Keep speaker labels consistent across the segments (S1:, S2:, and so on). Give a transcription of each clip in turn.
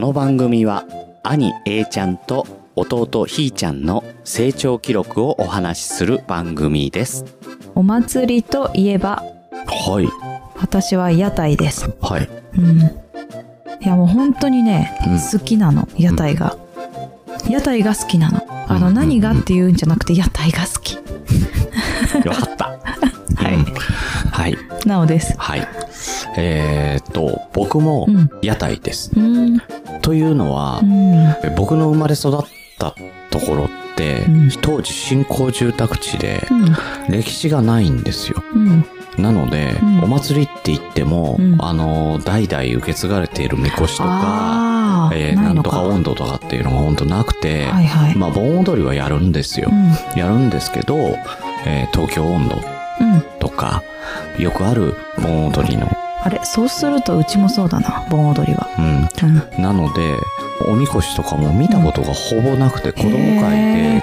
S1: の番組は兄 A ちゃんと弟ひーちゃんの成長記録をお話しする番組です
S2: お祭りといえば、
S1: はい
S2: 私は屋台です。
S1: はい
S2: うん。いやもう本当にね、
S1: うん
S2: 好きなの、屋台が。屋台が好きなの。あの、
S1: うん
S2: 何がっていうんじゃなくて、屋台が好き。
S1: よか った
S2: はい
S1: うんはい
S2: なおです。
S1: はいえー、っと僕も
S2: うん
S1: 屋台です、
S2: うん。
S1: というのは
S2: う、ん。
S1: 僕の生まれ育ったところって、
S2: うん
S1: 当時新興住宅地で
S2: うん。
S1: 歴史がないんですよ
S2: うん。
S1: なので、
S2: うん
S1: お祭りって言っても、
S2: うん
S1: あの代々受け継がれているみこしとか、
S2: ああ、
S1: えー
S2: な
S1: ないん
S2: の
S1: と
S2: か。
S1: か温度とかっていうのが本当なくて、
S2: はいはい。
S1: まあ盆踊りはやるんですよ、
S2: う
S1: やるんですけど、えー東京温度
S2: ん。うん。
S1: とかよくある盆踊りの、
S2: あれ、そうするとうちもそうだな、盆踊りは。
S1: うん、
S2: うん。
S1: なのでおみこしとかも見たことがほぼなくて、子供会
S2: へ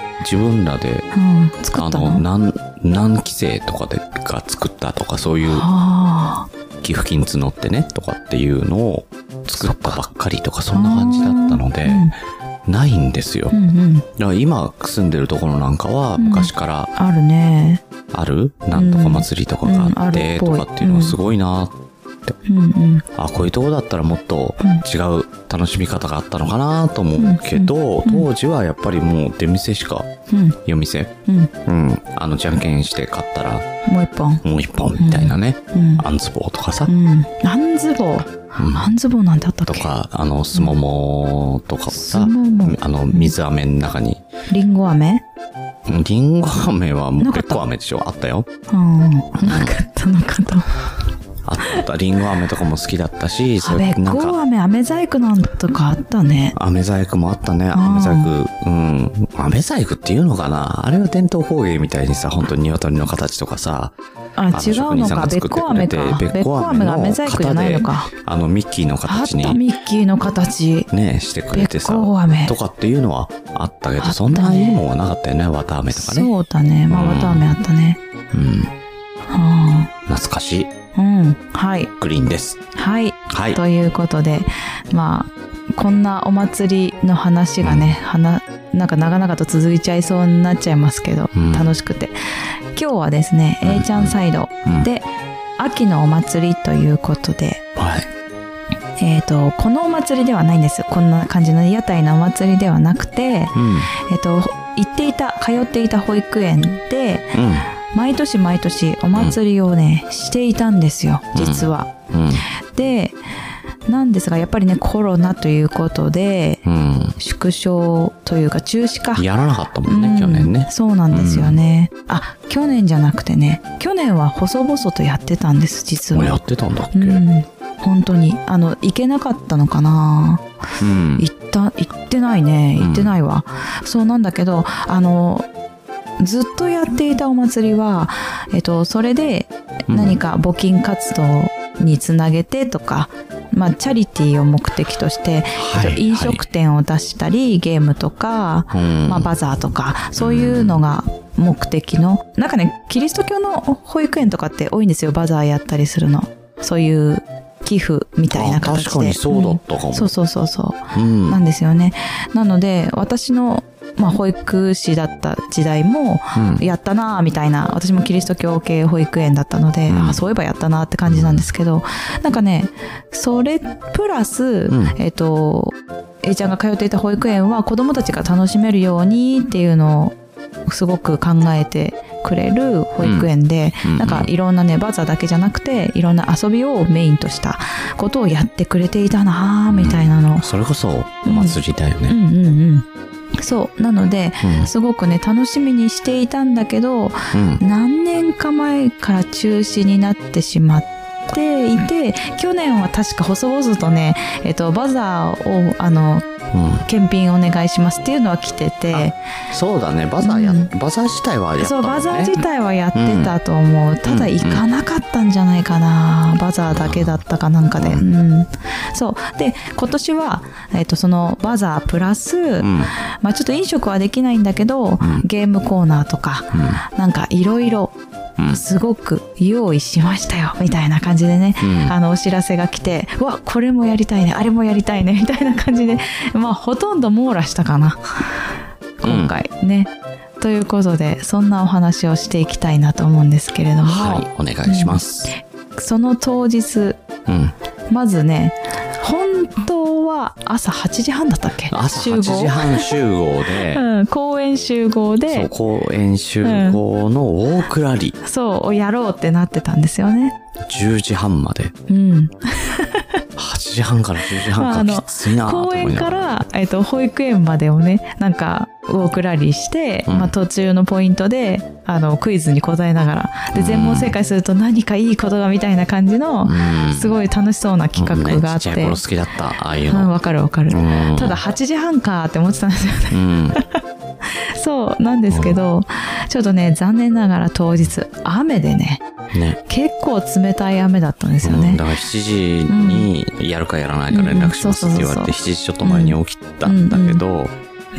S1: で自分らで
S2: うん。作
S1: あ
S2: った
S1: の
S2: の
S1: 何何期生とかでが作ったとかそういう
S2: ああ。
S1: 寄付金募ってねとかっていうのを作ったばっかりとかそんな感じだったので、ないんですよ
S2: う。ん。うんうん。
S1: だから今住んでるところなんかは
S2: うん
S1: 昔から
S2: あるね。
S1: あるなんとか祭りとかがあって
S2: うん
S1: と
S2: うん
S1: かっていうのはすごいな
S2: うんうん。
S1: あこういうとこだったらもっと
S2: うん
S1: 違う楽しみ方があったのかなと思うけど
S2: うんうん
S1: 当時はやっぱりもう出店しか
S2: うん。
S1: 夜店
S2: うん。
S1: うんあのじゃんけんして買ったら
S2: もう一本。
S1: もう一本みたいなね
S2: うん。
S1: あんず棒とかさ
S2: うん。あんずぼ
S1: うん
S2: あんずぼなんてあったっ
S1: と
S2: け
S1: か、あの、すももとかも
S2: す
S1: さ
S2: も、も。
S1: あの、水飴の中に、
S2: りんご飴
S1: りんご飴はも
S2: な
S1: う
S2: かっ
S1: べ
S2: た
S1: こ飴でしょあったよ。
S2: うん。なかったのかと。
S1: あった。りんご飴とかも好きだったし、
S2: あ
S1: う
S2: べ
S1: い
S2: っ
S1: うなん
S2: こ
S1: か、
S2: 飴、飴細工なんとかあったね。
S1: 飴細工もあったね。
S2: ん
S1: 飴細工。うん。飴細工っていうのかなあれは伝統工芸みたいにさ、本当に鶏の形とかさ、
S2: あ、
S1: の
S2: 違うのか。べっ
S1: 職人
S2: こ
S1: さんが
S2: 飴
S1: 作
S2: か
S1: っ。てくれて
S2: べっこ飴が飴細工じゃないのか。
S1: あの、ミッキーの
S2: あっ
S1: 形
S2: た、
S1: に、
S2: ミッキーの形。
S1: ね、してく
S2: べ
S1: れ
S2: って
S1: さ、
S2: こ飴
S1: と。かっていうのはあったけ
S2: あった
S1: ど、
S2: ね
S1: そんなにもはなかったよね。綿飴とかね。
S2: そうだね。まあ、
S1: うん
S2: 綿飴あったね。
S1: うん。
S2: は
S1: 懐かしい。
S2: あうん。はい。
S1: グリーンです。
S2: はい。
S1: はい。
S2: ということで、まあ、こんなお祭りの話がね、はな、なんか長々と続いちゃいそうになっちゃいますけど、
S1: うん
S2: 楽しくて。今日はですね、
S1: うん
S2: A ちゃんサイド
S1: うん
S2: で、秋のお祭りということで、
S1: はい。
S2: えっ、と、このお祭りではないんです。こんな感じの屋台のお祭りではなくて、
S1: うん。
S2: えっ、と、行っていた、通っていた保育園で、毎年毎年お祭りをね、していたんですよ、実は。
S1: うん。
S2: でなんですがやっぱりねコロナということで
S1: うん。
S2: 縮小というか中止か
S1: うん。やらなかったも
S2: うん
S1: ね、
S2: ん
S1: 去年ね。
S2: そうなんですよね、あ去年じゃなくてね去年は細々とやってたんです実
S1: もうや
S2: は
S1: ってたんだっけ
S2: う
S1: うん。
S2: ん本当にあの行けなかったのかな行った行ってないね
S1: うん
S2: 行ってないわ、そうなんだけどあのずっとやっていたお祭りは、えっと、それで
S1: うん
S2: 何か募金活動につなげてとか、まあ、チャリティーを目的として、
S1: は
S2: えっと飲食店を出したりゲームとか、
S1: うん。
S2: まあ、バザーとかそういうのが目的のなんかねキリスト教の保育園とかって多いんですよバザーやったりするのそういう寄付みたいな
S1: あ
S2: 形で
S1: 確かにそうだったかも
S2: ん。そうそうそうそう
S1: うん。
S2: なんですよね。なので、私の、まあ、保育士だった時代も、
S1: うん
S2: やったなぁ、みたいな、私もキリスト教系保育園だったので、
S1: うん
S2: あそういえばやったなぁって感じなんですけど、なんかね、それプラス、
S1: ん
S2: えっ、と、A ちゃんが通っていた保育園は子供たちが楽しめるようにっていうのをすごく考えてくれる保育園で、
S1: うんうん
S2: なんかいろんなね、バザーだけじゃなくて、いろんな遊びをメインとしたことをやってくれていたなぁ、みたいなのを
S1: それこそ、お祭りだよ
S2: う
S1: ね。
S2: んうんうん。そう。なので、
S1: うん
S2: すごくね、楽しみにしていたんだけど、
S1: うん。
S2: 何年か前から中止になってしまっていて、去年は確か細々とね、えっと、バザーを、あの、
S1: うん
S2: 検品お願いしますっていうのは来てて
S1: そうだねバザーや、
S2: うん
S1: バザー自体はやった
S2: そ
S1: も
S2: うん
S1: ね
S2: バザー自体はやってたと思う、ただ行かなかったんじゃないかな、バザーだけだったかなんかで、
S1: う
S2: うん、そうで今年は、えっとそのバザープラス、
S1: うんうん
S2: まあ、ちょっと飲食はできないんだけど、
S1: ん
S2: ゲームコーナーとか、なんかいろいろ
S1: うん
S2: すごく用意しましたよみたいな感じでね、
S1: うん
S2: あのお知らせが来てうわこれもやりたいねあれもやりたいねみたいな感じでまあほとんど網羅したかな
S1: うん
S2: 今回ね。ということでそんなお話をしていきたいなと思うんですけれども、
S1: はいお願いします、
S2: その当日
S1: うん、
S2: まずね本当は朝8時半だったっけ
S1: 朝
S2: 集
S1: 8
S2: 合
S1: 時半集合 で、
S2: うん、公園集合で
S1: そう公演集合の大倉里、
S2: そうをやろうってなってたんですよね。
S1: 10時半まで
S2: うん、
S1: 8時半から10時
S2: ま
S1: 半
S2: ああ
S1: か
S2: の
S1: きついなと
S2: 公
S1: 思い
S2: 園
S1: なが
S2: からら、えっと保育園までをねなんかウォークラリーして、
S1: うん
S2: まあ、途中のポイントであのクイズに答えながらで全問正解すると何かいいことがみたいな感じの、
S1: うん
S2: すごい楽しそうな企画があっ
S1: うんねちっちゃ
S2: て、
S1: い頃好きだったああいう
S2: うん、
S1: の、
S2: わかるわかる。
S1: うん
S2: ただ8時半かって思ってたんですよね。
S1: うん
S2: そうなんですけど、ちょっとね残念ながら当日雨でね
S1: ね
S2: 結構冷たい雨だったんですよ
S1: うん
S2: ね
S1: だ。から7時にやるかやらないか連絡しますって言われ
S2: うんう
S1: て
S2: んそうそうそうそう
S1: 7時ちょっと前に起きたんだけど、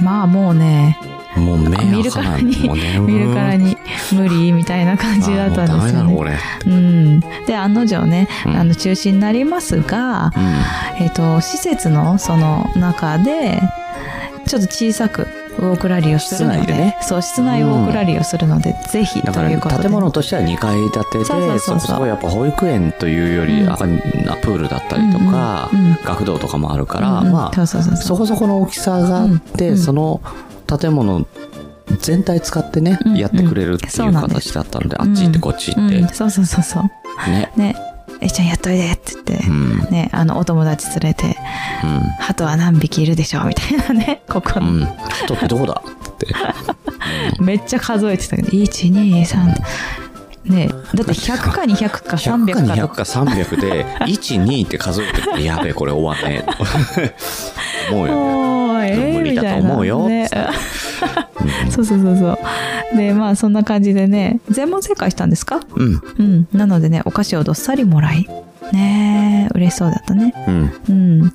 S2: まあもうね
S1: もう目
S2: 見る
S1: か
S2: からら
S1: ん
S2: に
S1: もうね
S2: 見るからに無理みたいな感じだったんですよ
S1: あもう。ダ
S2: ね
S1: メだろ
S2: うん、で案の定ね、
S1: うん
S2: あの中止になりますが、
S1: 俺、
S2: えっと施設のその中でちょっと小さくウォークラリーをするので
S1: 室内でね
S2: そう室内ウォークラリーをするので、ぜひ
S1: うん、だ
S2: と
S1: か
S2: いうこと
S1: ら
S2: で
S1: 建物としては2階建てで
S2: そうそうそうそう
S1: そこそこやっぱ保育園というより、
S2: うん
S1: あプールだったりとか、
S2: うんうんうん
S1: 学童とかもあるから、
S2: うんうん
S1: まあ
S2: そうそうそうそう
S1: そこそこの大きさがあって、
S2: うんうん
S1: その建物全体使ってね、
S2: うんうん
S1: やってくれるって
S2: そ
S1: いうう
S2: なんで
S1: 形
S2: す
S1: だったので、あっち行ってこっち行って、
S2: うん、そうそうそうそう
S1: ね。
S2: ねえいちゃんやっといでって言って、
S1: うん、
S2: ねあのお友達連れてハトは何匹いるでしょうみたいなね ここ
S1: う
S2: の
S1: ん、うん。人ってどこだって。
S2: めっちゃ数えてたけど123ねえだって100か200か
S1: 100か
S2: 300か
S1: 200
S2: とか
S1: か300で、1、2って数えてって、やべえ、これ終わんねえ。思うよね。
S2: おーえー
S1: 無理
S2: み
S1: だ
S2: た
S1: と
S2: いな
S1: 思うよ
S2: ね、
S1: うん
S2: そうそうそうそうでまあそんな感じでね全問正解したんですか
S1: うん、
S2: うんなのでねお菓子をどっさりもらいねえ嬉しそうだったね
S1: うん。
S2: うん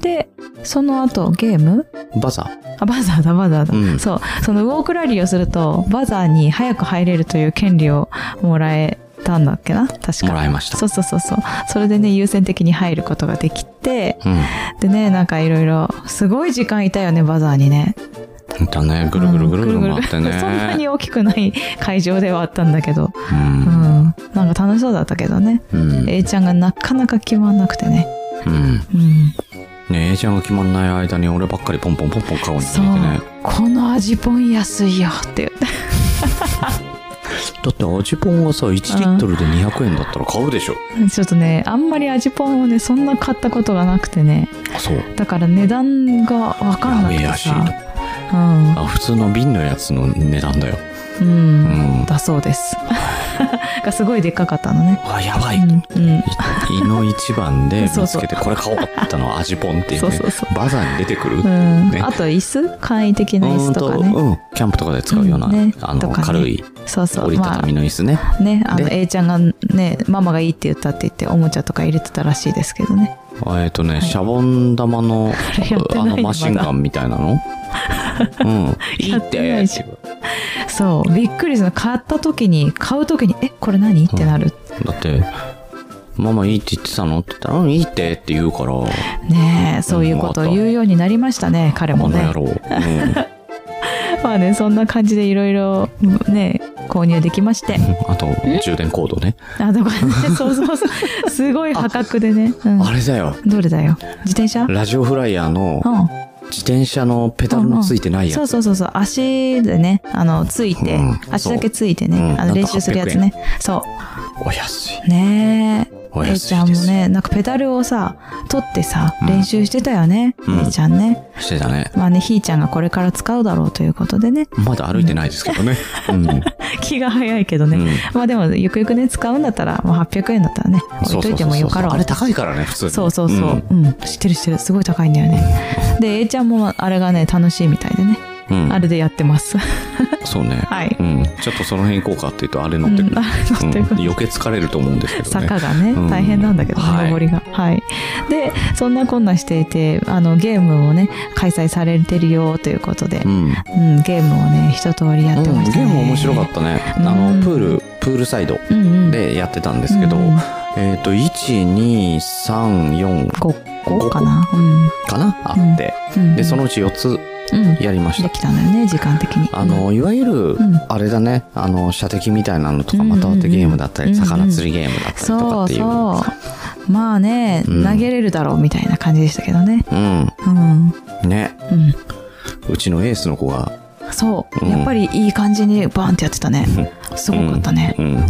S2: でその後ゲーム
S1: バザー。
S2: あバザーだバザーだ、
S1: うん
S2: そうそのウォークラリーをするとバザーに早く入れるという権利をもらえたんだっけな確か
S1: もらいました
S2: そうそうそうそうそれでね優先的に入ることができて
S1: う
S2: でねなんかいろいろすごい時間いたよねバザーにね
S1: ん。だね、ぐるぐるぐるぐる
S2: うん
S1: 回ってね。
S2: そんなに大きくない会場ではあったんだけど、
S1: う。
S2: うんん、なんか楽しそうだったけどね、
S1: うん。
S2: A ちゃんがなかなか決まんなくてね、
S1: うん。
S2: うん、
S1: ねえ、A ちゃんが決まんない間に俺ばっかりポンポンポンポン顔に
S2: そ
S1: 入
S2: う、
S1: れてね。
S2: この味ぽん安いよって
S1: だって味ポンがさ、1リットルで200円だったら買うでしょ。
S2: 言ってちょっとねあんまり味ぽんをねそんな買ったことがなくてね
S1: あそう。
S2: だから値段が分かんな
S1: や
S2: く
S1: べえ
S2: て
S1: やしい
S2: さ
S1: とあ、普通の瓶のやつの値段だよ。
S2: うん、
S1: う
S2: うん、
S1: ん。
S2: だそうです がすごいでっかかったのね
S1: あ、やばい。
S2: うん、うん、
S1: 胃の一番で
S2: そ
S1: 見
S2: う
S1: つ
S2: そう
S1: けてこれ買おうって言ったのは味ポンっていう
S2: そう
S1: ね
S2: そうそう
S1: バザーに出てくる、
S2: うん
S1: ね
S2: あと椅子簡易的
S1: う
S2: な椅
S1: ー
S2: 子
S1: ん
S2: と
S1: と
S2: か
S1: う
S2: ね
S1: んキャンプとかで使うような、
S2: うんね
S1: あの、
S2: とかね
S1: 軽い
S2: そうそう
S1: 折りた
S2: ま
S1: たみの椅子ね、
S2: あねあの
S1: で
S2: A ちゃんがねママがいいって言ったって言っておもちゃとか入れてたらしいですけどね
S1: えっ、とね、シャボン玉 の
S2: れやってない
S1: あ
S2: の
S1: のマシンガンみたいなのうんいい
S2: や
S1: っ
S2: っててないしそうびっくりする買った時に買う時に「えこれ何?」ってなる、
S1: だってママいいって言ってたのって言ったら、うん、いいってって言うから、
S2: ねえそういうことを言うようになりましたね彼
S1: あの
S2: も
S1: 野
S2: ね
S1: 郎。うん。
S2: まあねそんな感じでいろいろね購入できまして
S1: あと、充電コードね。
S2: あだからねそうそうそうすごい破格でね、うん
S1: あれだよ。
S2: どれだよ自転車うん
S1: ラジオフライヤーの自転車のペダルのついてないやつ
S2: そうそうそうそう足でねあのついて、
S1: うん
S2: 足だけついて
S1: そうう
S2: ね
S1: ん
S2: あの練習するやつねそう
S1: お安い。
S2: ねえ
S1: お
S2: えい
S1: 安
S2: ちゃ
S1: い
S2: ん
S1: で
S2: も
S1: す。
S2: ね、なんかペダルをさ、取ってさ、
S1: うん
S2: 練習してたよね。
S1: うん
S2: えいちゃんね。
S1: してたね。
S2: まあね、ひーちゃんがこれから使うだろうということでね。
S1: まだ歩いてないですけどね。うん。
S2: 気が早いけど
S1: う
S2: ね。
S1: ん
S2: まあでも、ゆくゆくね、使うんだったら、もう800円だったらね、置いといてもよかろう。
S1: あれ高いからね、普通に。
S2: そうそうそう。
S1: ん。
S2: うん、知ってる知ってる。すごい高いんだよね。で、えいちゃんもあれがね、楽しいみたいでね。
S1: うん
S2: あれでやってます。
S1: そうね。
S2: はい。
S1: うん。ちょっとその辺行こうかって言うと、あれ乗って
S2: う
S1: く
S2: ん
S1: る。
S2: あれ乗ってくる
S1: うん余計疲れると思うんですけどね。
S2: 坂がね
S1: うん
S2: 大変なんだけど、ね
S1: はい
S2: 登りがはいでそんなこんなしていてあのゲームをね開催されてるよということで
S1: う、ん。
S2: うんゲームをね一通りやってま
S1: うん
S2: した
S1: ゲ
S2: ね、
S1: ーム面白かったね。あ
S2: うん
S1: の、プール、プールサイド
S2: たうんうん
S1: でやってたんですけど、
S2: うん
S1: えっと、1、2、3、4
S2: 5個かなうん
S1: かなあって、
S2: うん
S1: で、そのうち4つ
S2: うん
S1: やりました。
S2: できたんだよね時間的に
S1: あの、いわゆる
S2: う、ん
S1: あれだね、あの、射的みたいなのとか、
S2: うんうん
S1: ま
S2: うん
S1: た割ってゲームだった
S2: う
S1: り、
S2: んうん
S1: 魚釣りゲームだったりとか
S2: そ
S1: っ
S2: う
S1: ていう。
S2: そうまあね、
S1: うん
S2: 投げれるだろうみたいな感じでしたけどね
S1: うん。
S2: うん
S1: ね。
S2: うん
S1: うちのエースの子が、
S2: そう、
S1: うん
S2: やっぱりいい感じにバーンってやってたねすごかったね、
S1: うん。 うんま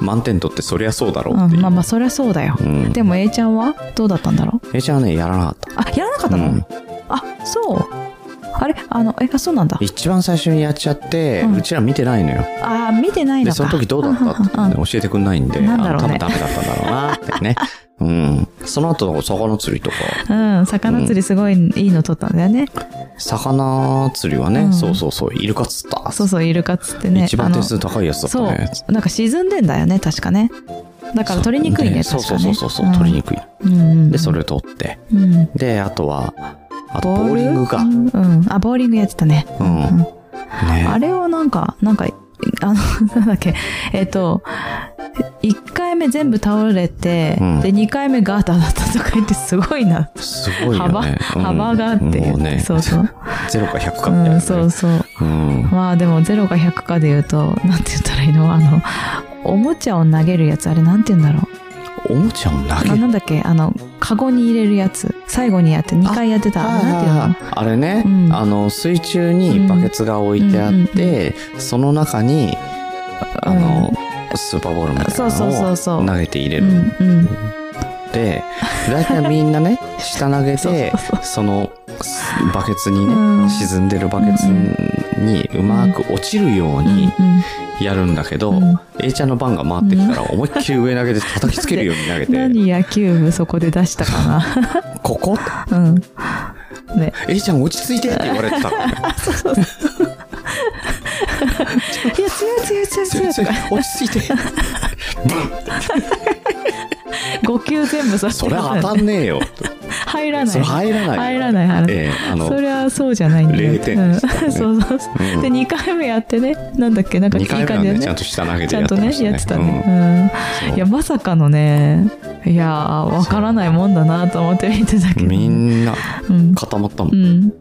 S1: 満点取ってそりゃそうだろうってい
S2: うん、
S1: う。
S2: まあまあそりゃそうだよ、
S1: うん
S2: でも A ちゃんはどうだったんだろう
S1: えじゃあね、やらなかっ。
S2: あやらなかったたの、
S1: うん
S2: あそうあれあのえあそうなんだ
S1: 一番最初にやっちゃって、
S2: うん
S1: うちら見てないのよ。
S2: あー見てないの
S1: で、
S2: か
S1: その時どうだったって
S2: うんうんう
S1: 教
S2: ん
S1: えてくんないんで、
S2: なんだろう
S1: あの多分
S2: ね
S1: ダメだったんだろうなって ね。うん。その後、魚釣りとか、
S2: うん魚釣りすごいいいの撮ったんだよね、
S1: 魚釣りはね、
S2: うん
S1: そうそうそう、イルカ釣った。
S2: そうそうイルカっつってね
S1: 一番点数高いやつだったね。
S2: そうなんか沈んでんだよね確かねだから取りにくいね
S1: そう
S2: 確か
S1: そう
S2: ね
S1: そうそうそう、取りにくい。
S2: くい、うんうんうん、
S1: で、それを取って。
S2: うん
S1: で、あとは、あと、ボーリングか。
S2: うんうん、あボーリングやってたね
S1: うん
S2: うん
S1: ね。
S2: あれはなんか、なんか、あの、 なんだっけ、えっ、と、1回目全部倒れて、
S1: うん
S2: で、2回目ガーターだったとか言ってすごいな。
S1: すごいよ
S2: 幅、
S1: ね。うん
S2: 幅があって、
S1: もうね、
S2: そうそう。
S1: ゼロか100かみたいな
S2: う
S1: ね。
S2: ん、そうそう。
S1: うん。
S2: まあでも0か100かで言うと、なんて言ったらいいのあの、おもちゃを投げるやつ、あれなんて言うんだろう。
S1: おもちゃを投げ
S2: あ
S1: る。
S2: なんだっけ、あの、カゴに入れるやつ。最後にやって、2回やってた。なんて言うの
S1: ああれね、
S2: うん
S1: あの水中にバケツが置いてあって、その中にあの、スーパーボールみたい
S2: そうそうそう
S1: な
S2: そ
S1: のを
S2: う
S1: 投げて入れ
S2: う
S1: るん
S2: んうん。
S1: で大体みんな ね下投げ
S2: そう
S1: て
S2: そうそう
S1: そのバケツにね、
S2: うん
S1: 沈んでるバケツにうまく落ちるようにやるんだけど、
S2: うんうん
S1: A ちゃんの番が回ってきたら思いっきり上投げて叩きつけるように投げて
S2: 何野球部そこで出したか
S1: 「ここ
S2: な うん。ね。
S1: ?A ちゃん落ち着いて」って言われてたからね
S2: いや、強い強い強い強いとか。
S1: 落ち着いて。
S2: 5球全部さ
S1: それ当たんねえ よ。
S2: 入らない。
S1: それ入らない。
S2: 入らない、入らない。
S1: ええあの
S2: そ、れはそうじゃないんだよ
S1: 0点でしたね
S2: うん そうそうそう。
S1: うん
S2: で、2回目やってね、なんだっけ、なんかい
S1: 二
S2: い感
S1: 回
S2: じ
S1: 目なん
S2: だ
S1: で
S2: ね。
S1: ちゃんと下投げ
S2: ち
S1: て
S2: ゃ
S1: や
S2: ん
S1: って
S2: と
S1: ま
S2: ね、やっ
S1: してた
S2: た
S1: ね。
S2: ね。
S1: うん
S2: うん。
S1: そう
S2: いや、まさかのね、いやー、わからないもんだなと思って見てたけど。
S1: みんな
S2: うん。
S1: 固まったも。
S2: うんん。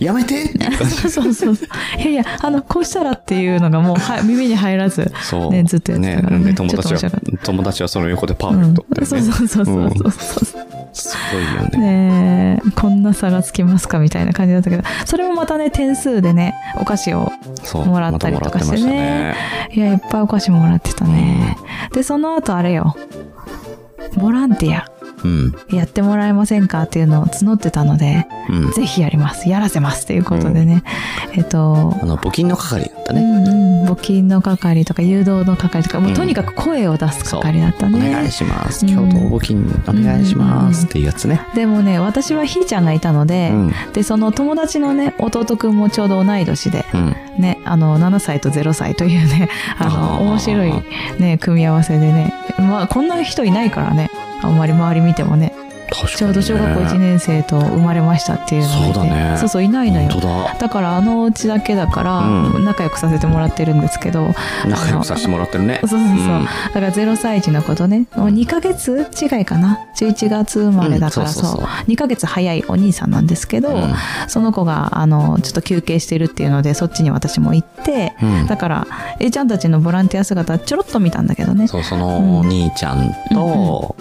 S1: やめてって
S2: そうそうそう。いやいや、あの、こうしたらっていうのがもうは耳に入らず。
S1: そう。
S2: ねずっとやってたからね
S1: ねで友達
S2: ちょっと面白か
S1: は、友達はその横でパーフェクトって
S2: うん、そう
S1: ね。
S2: そうそうそうそうそう、
S1: すごいよね。
S2: ねえこんな差がつきますかみたいな感じだったけどそれもまたね点数でねお菓子を
S1: そう。
S2: もらったりとかしてねいやいっぱいお菓子もらってたねでその後あれよボランティア
S1: またもらってましたね。うん。
S2: やってもらえませんかっていうのを募ってたので
S1: うん。
S2: ぜひやりますやらせますっていうことでね、えっと
S1: あの、募金の係だった
S2: う
S1: ね。
S2: んうん、募金の係とか誘導の係とかも
S1: うん
S2: うとにかく声を出す係だった
S1: お
S2: ね、
S1: 願いします。
S2: うん
S1: 共同募金お願いしますっていうやつね。
S2: でもね私はひーちゃんがいたの
S1: う
S2: で、
S1: ん。
S2: でその友達のね弟くんもちょうど同い年で
S1: うん。
S2: ねあの7歳と0歳というねあの
S1: あー
S2: 面白いね組み合わせでねまあこんな人いないからねあんまり周り見てもね
S1: 確かにね。
S2: ちょうど小学校1年生と生まれましたっていうのがいて
S1: そうだね
S2: そうそういないのよ
S1: 本当だ。
S2: だからあのうちだけだから、
S1: う
S2: 仲良くさせてもらってるんですけど
S1: 仲良くさせてもらってるね。
S2: そうそうそう、だから0歳児のことねもう2ヶ月違いかな11月生まれだから
S1: うんそうそうそう
S2: そう2ヶ月早いお兄さんなんですけど、
S1: うん
S2: その子があのちょっと休憩してるっていうのでそっちに私も行って
S1: うん
S2: だから A ちゃんたちのボランティア姿ちょろっと見たんだけどね
S1: そう、そのお
S2: うん
S1: 兄ちゃんと、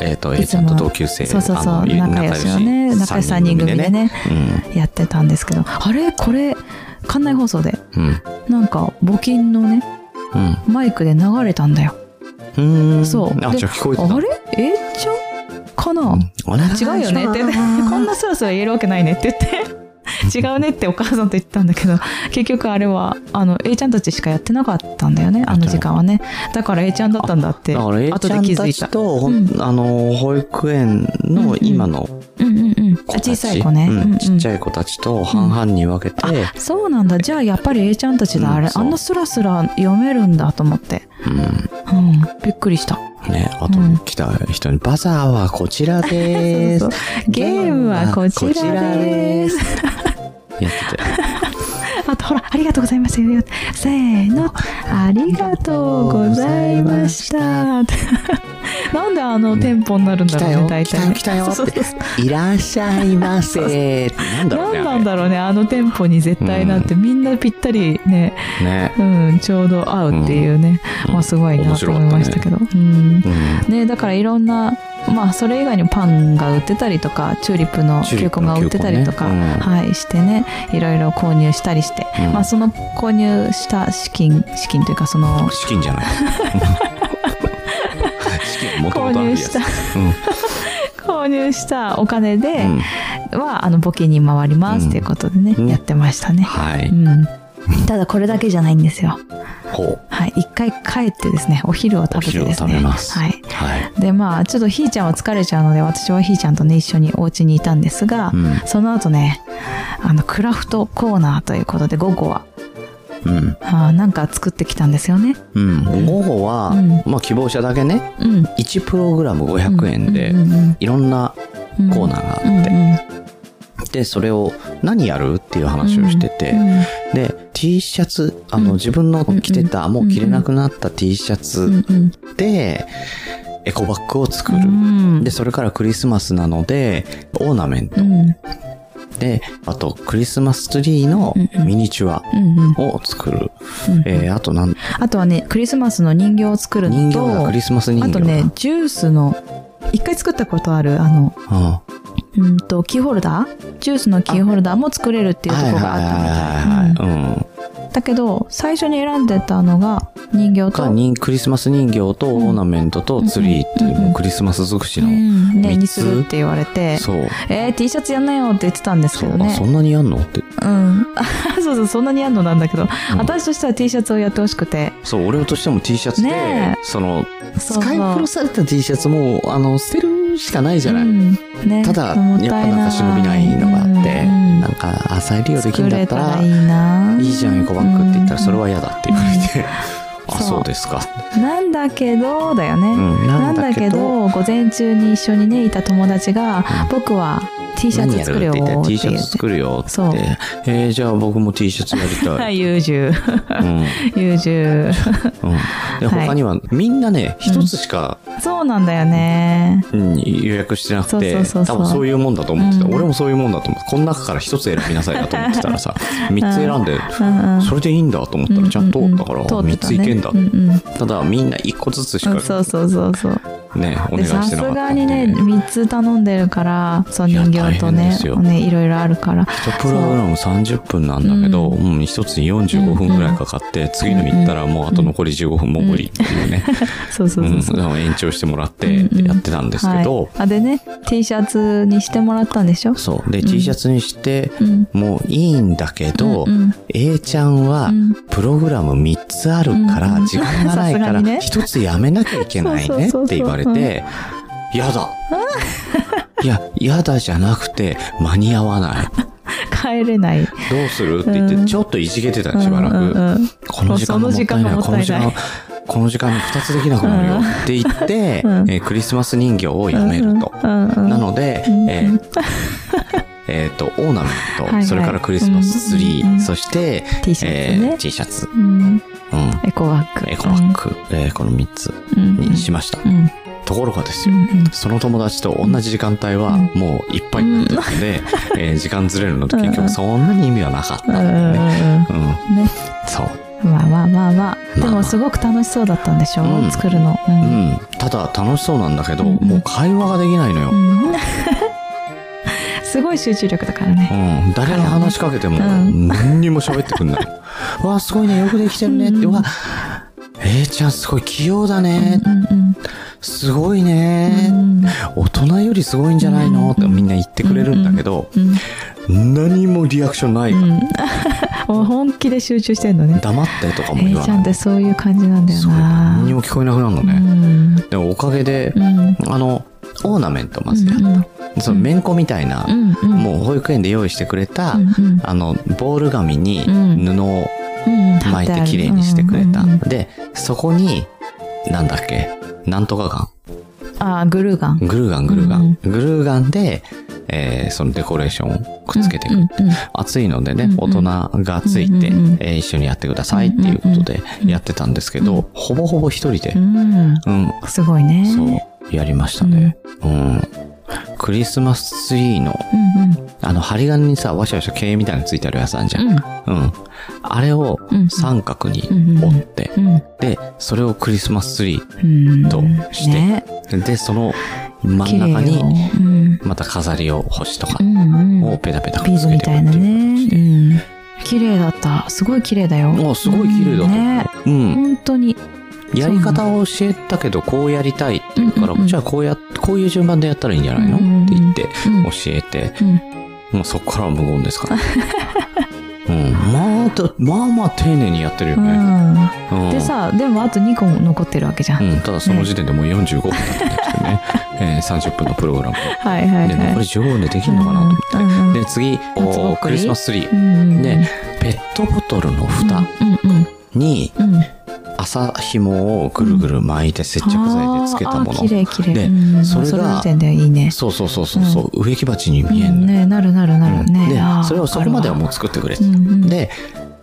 S1: えっ、と、A ちゃんと同級生。
S2: そうそうそう
S1: あの
S2: 仲良しのね仲良し3人組で。ね
S1: 三
S2: やってたんですけどあれこれ館内放送で
S1: うん。うん。
S2: なんか募金のね
S1: うん。
S2: マイクで流れたんだよ
S1: うーん
S2: そう
S1: あ
S2: で
S1: じゃあ聞こえてた
S2: あれえーちゃんかな、
S1: うんあれ
S2: 違うよねって、 こんなスラスラ言えるわけないねって 言って違うねってお母さんと言ったんだけど結局あれはあの A ちゃんたちしかやってなかったんだよねあの時間はねだから A ちゃんだったんだって
S1: だから A
S2: 後
S1: ち
S2: で
S1: ゃ
S2: 気
S1: ん
S2: づ
S1: た
S2: い
S1: ち
S2: た
S1: と、ほ
S2: うん
S1: んあの保育園
S2: うんう
S1: の
S2: ん
S1: 今の
S2: うんうんうん
S1: 子
S2: あ
S1: たち、
S2: 小さい子ね、
S1: う
S2: うんんうん
S1: ちっちゃい子たちと半々に分けて、
S2: あそうなんだじゃあやっぱり A ちゃんたちだ、
S1: うん
S2: あれ
S1: そう
S2: あんなスラスラ読めるんだと思って、
S1: うん
S2: うん、びっくりした
S1: ね、あと
S2: うん
S1: 来た人に「バザーはこちらです
S2: そう」ゲームはこちらです
S1: こちらです」やってて
S2: あとほら、ありがとうございましたよ。せーの、ありがとうございました。なんであのテンポになるん
S1: 来
S2: だろ
S1: た
S2: う
S1: よ
S2: ね、大
S1: 来たよ
S2: 体。
S1: 来たよ
S2: そう
S1: っ
S2: そうそ
S1: て「いらっしゃいませ」ってなんだろ
S2: う
S1: うねあ
S2: 何な
S1: れ
S2: んだろうね、あのテンポに絶対なって、みんなぴったりね、
S1: ね、
S2: うん、ちょうど合うっていうね、
S1: うん
S2: まあすごいなと思いましたけど。うん
S1: うん
S2: ね、だからいろんな、まあそれ以外にパンが売ってたりとか、チューリップの
S1: チューリ
S2: 球
S1: ップ
S2: 根が
S1: の
S2: 売ってたりとか、
S1: 球根ねうん
S2: はい、してね、いろいろ購入したりして、
S1: うん
S2: まあその購入した資金、資金というかその、
S1: 資金じゃない資金もと
S2: 購
S1: もとある
S2: 入
S1: や
S2: し
S1: つ
S2: た、購入したお金
S1: う
S2: で
S1: んうん
S2: は、あの、募金に回りま
S1: う
S2: す
S1: ん
S2: ということでね、
S1: うん
S2: やってましたね。
S1: は
S2: う
S1: い
S2: ん。ただこれだけじゃないんですよ。
S1: ほう
S2: はい。一回帰ってですね、お昼を食べてです
S1: お昼を食
S2: ね。
S1: べます
S2: はい。
S1: はい
S2: で、まあ、ちょっとひーちゃんは疲れちゃうので、私はひーちゃんとね、一緒にお家にいたんですが、
S1: うん
S2: その後ね、あの、クラフトコーナーということで、午後は、
S1: うん
S2: あーなんか作ってきたんですよね。
S1: うん午後は、
S2: うん
S1: まあ希望者だけね
S2: うん。
S1: 1プログラム500円で、
S2: うんうん
S1: いろんな
S2: うんうん
S1: コーナーがあって、
S2: うんうん
S1: でそれを何やるっていう話をしてて、
S2: うん
S1: で T シャツあの、
S2: うん
S1: 自分の着てた、
S2: うん
S1: もう着れなくなった T シャ
S2: う
S1: ツ
S2: んうん
S1: で、エコバッグを作る、
S2: うん
S1: でそれからクリスマスなのでオーナメン
S2: う
S1: ト、
S2: ん
S1: であとクリスマスツリーの
S2: うんうん
S1: ミニチュア
S2: うんうん
S1: を作る、
S2: うん
S1: えーあとなん
S2: あとはねクリスマスの人形を作るの
S1: 人形だ
S2: と
S1: クリスマス人
S2: あ
S1: 形だ
S2: とねジュースの一回作ったことあるあの
S1: あ
S2: うんとキーホルダージュースのキーホルダーも作れるっていうところがあったみたい
S1: はいはいはいはいはいうん
S2: うんだけど最初に選んでたのが人形と
S1: が人クリスマス人形とオーナメントとツリーっていう、
S2: うんうんうん
S1: もうクリスマス尽くし
S2: う
S1: の、
S2: んね
S1: 三つ
S2: にするって言われて
S1: そう
S2: えー、T シャツやんなよって言ってたんです
S1: そ
S2: けど
S1: う、あ
S2: ね
S1: そんなにやんのって、
S2: うん そうそうそんなにやんのなんだけど、私としては T シャツをやってほしくて
S1: そう俺としても T シャツで、
S2: ねえ
S1: その
S2: そうそう
S1: 使い古された T シャツもあの捨てるしかないじゃない、
S2: うんね、
S1: ただやっぱな
S2: も
S1: ん
S2: たいい
S1: か忍びないのがあって、
S2: うんうん
S1: なんか朝入りをできる
S2: 作
S1: んだ
S2: れ
S1: った
S2: た
S1: ら
S2: らいいないい
S1: いじゃんエコバッグって言ったらそれは嫌だって言われて、
S2: うん
S1: あ
S2: そう
S1: そうですか、
S2: なんだけどだよ
S1: う
S2: ね、
S1: ん、
S2: なんだけど午前中に一緒にねいた友達
S1: う
S2: が、
S1: ん
S2: 僕は T シャ
S1: 何
S2: ツ
S1: やる
S2: 作るよ
S1: っ
S2: ってて
S1: 言っ
S2: 言ってて
S1: T シャツ作るよって
S2: そう
S1: えーじゃあ僕も T シャツやりたい、
S2: 優 柔
S1: うん
S2: 優柔
S1: うん、で
S2: はい
S1: 他にはみんなね
S2: うん
S1: 一つしか、
S2: そうなんだよね
S1: うん予約してなくて
S2: そうそうそうそう
S1: 多分そういうもんだと思ってた、
S2: うん
S1: 俺もそういうもんだと思ってこの中から一つ選びなさいだと思ってたら さ三つ選んで、
S2: うんうん
S1: それでいいんだと思った
S2: う
S1: ら
S2: ん
S1: ちゃんと通ったから、
S2: うん
S1: 三
S2: 通ってた
S1: つ
S2: ね
S1: いけんだ、
S2: うんうん
S1: ただみんな一個ずつし
S2: う
S1: か
S2: んそうそうそうそう
S1: ね、お願
S2: で
S1: いしてなか
S2: さ
S1: っ
S2: す
S1: たん
S2: がにね3つ頼んでるからそう
S1: いや
S2: 人形と
S1: 大変
S2: ね
S1: ですよ
S2: ねいろいろあるから
S1: 一プログラム30分なんだけど、
S2: う
S1: うん、一つに45分ぐらいかかって、次の日行ったらもうあと残り15分もう無理っていうね、
S2: そうそううそ
S1: ん
S2: うそう、
S1: うん延長してもらっ
S2: う
S1: て
S2: んうん
S1: やってたんですけど、
S2: はい、あでね T シャツにしてもらったんでしょ
S1: そう。で、
S2: うん
S1: T シャツにして、
S2: うん
S1: もういいんだけど、
S2: うんうん
S1: A ちゃんは
S2: うん
S1: プログラム3つあるか
S2: うんう
S1: ら
S2: ん
S1: 時間がないか
S2: さすが
S1: ら
S2: にね
S1: 1つやめなきゃいけないねっ
S2: そうそうそうそう
S1: て言われて、や だいや、やだじゃなくて間に合わない。
S2: 帰れない
S1: どうするって言っ
S2: う
S1: て
S2: ん
S1: ちょっといじけてたしばら
S2: うんうん
S1: く。
S2: うん
S1: この時間がもったいない。この時間
S2: もうその時間がも、
S1: この時間に2つできなくなるよって言って、
S2: うん
S1: えークリスマス人形をやめると。
S2: うんうん
S1: なので、えーえーと、オ ーナメント、
S2: はいはい
S1: それからクリスマスツリー、
S2: うんうんうん
S1: そして、
S2: T シャ
S1: え
S2: ツ
S1: ー
S2: ね、
S1: T シャツ、
S2: うん、
S1: うん、
S2: エコバッグ
S1: エコバッグ、えーこの3つ
S2: うんうん
S1: にしました。
S2: うん
S1: ところがです
S2: う
S1: よ、
S2: んうん
S1: その友達と同じ時間帯は
S2: う
S1: もういっぱいになってるんで、えー時間ずれるのって結
S2: うんう
S1: 局
S2: ん
S1: そんなに意味はなかったん
S2: う
S1: だ
S2: んう
S1: よ
S2: ん
S1: ね。
S2: うん
S1: うん、
S2: ね
S1: そう。
S2: まあまあまあまあ
S1: ま
S2: で
S1: あまあ
S2: もすごく楽しそうだったんでしょ、
S1: うん
S2: 作るのう、
S1: うんん、ただ楽しそうなんだけど、
S2: うんうん
S1: もう会話ができないのよ。
S2: うんすごい集中力だから
S1: う
S2: ね
S1: ん、誰が話しかけても
S2: うん
S1: 何にも喋ってくんない。わあすごいねよくできてるねって、
S2: うん
S1: わえいちゃんすごい器用だね。
S2: うんうん
S1: すごいうね。
S2: ん
S1: 大人よりすごいんじゃないのってみんな言ってくれるんだけど、
S2: うん
S1: 何もリアクションない。
S2: うんもう本気で集中してんのね
S1: 黙ってとかも
S2: え
S1: 言
S2: い
S1: わ
S2: ちゃん
S1: な
S2: っ
S1: い。
S2: てそういう感じなんだよ
S1: すごい。
S2: な
S1: 何にも聞こえなくなるの
S2: う
S1: ね。
S2: ん
S1: でもおかげで
S2: う、ん
S1: あの、オーナメントまずや
S2: うんうん
S1: そのめんこみたいな、
S2: うんうん
S1: もう保育園で用意してくれた、
S2: うんうん
S1: あの、ボール紙に
S2: うん
S1: 布を
S2: うん貼っ
S1: 巻い
S2: あ
S1: て
S2: る
S1: 綺麗にしてくれた。
S2: うんうんうん
S1: で、そこに、なんだっけ、なんとかガ
S2: あーグルーガン
S1: ン、グルーガン、グルーガン、
S2: うん
S1: グルーガンで、えーそのデコレーションをくっつけていく。
S2: うんうんうん
S1: 暑いのでね、
S2: うんうん
S1: 大人がついて、
S2: うんうんうん
S1: えー一緒にやってくださいっていうことで
S2: うん
S1: やってたんですけど、
S2: うん
S1: ほぼほぼ一人で、
S2: うん
S1: うん、
S2: すごいね
S1: そう、やりましたね。うん。クリスマスツリーの、
S2: うんうん
S1: あの、針金にさ、わしゃわしゃ毛みたいなのついてあるやつあんじゃん。うん。あれを
S2: うんうん
S1: 三角に
S2: うん
S1: 折って、
S2: うん
S1: で、それをクリスマスツリー。
S2: うん
S1: どうして
S2: ね
S1: で、その真
S2: 綺
S1: ん
S2: 麗
S1: 中
S2: よ
S1: に、
S2: うん
S1: また飾りを星とか
S2: うんう
S1: を
S2: ん
S1: ペタペタく
S2: ビ
S1: っ
S2: ー
S1: つ
S2: ズ
S1: け
S2: み
S1: て
S2: たいな
S1: って
S2: ね
S1: いう
S2: うん綺麗だったすごい綺麗だよ
S1: あすごい綺麗だった
S2: ね
S1: うん。
S2: 本当に
S1: やり方を教えたけど、こうやりたいって言うから
S2: うんうんう、ん
S1: じゃあこうや、こういう順番でやったらいいんじゃないの
S2: うんうんうん
S1: って言って、
S2: うん
S1: 教えて、
S2: うん
S1: もうそこからは無言です から。うん。まあ、だまあまあ丁寧にやってるよね。う
S2: うん
S1: ん
S2: でさでもあと2個残ってるわけじゃん
S1: うん、ただその時点でもう45分だったんです ね。えー30分のプログラム。
S2: はいはい
S1: で、残
S2: は
S1: り
S2: い
S1: 15分でできるのかなと思って。
S2: うんうん
S1: で、次、
S2: ぼっくり
S1: おークリスマスツリー。
S2: うん
S1: で、ペットボトルの
S2: うん
S1: 蓋
S2: うんうん
S1: に
S2: うんうん
S1: 麻紐をぐるぐる巻いて接着剤でつけたも
S2: あー
S1: の
S2: あー綺。麗綺麗
S1: で
S2: うん
S1: それが
S2: その時点ではいいね
S1: そうそうそうそうそう、植木鉢に
S2: う
S1: 見えん
S2: ん
S1: のよ。
S2: ねなるなるなる
S1: うん
S2: ね
S1: で
S2: あー、
S1: それをそこまではもう作ってくれて
S2: わかるわうんうん
S1: た。で、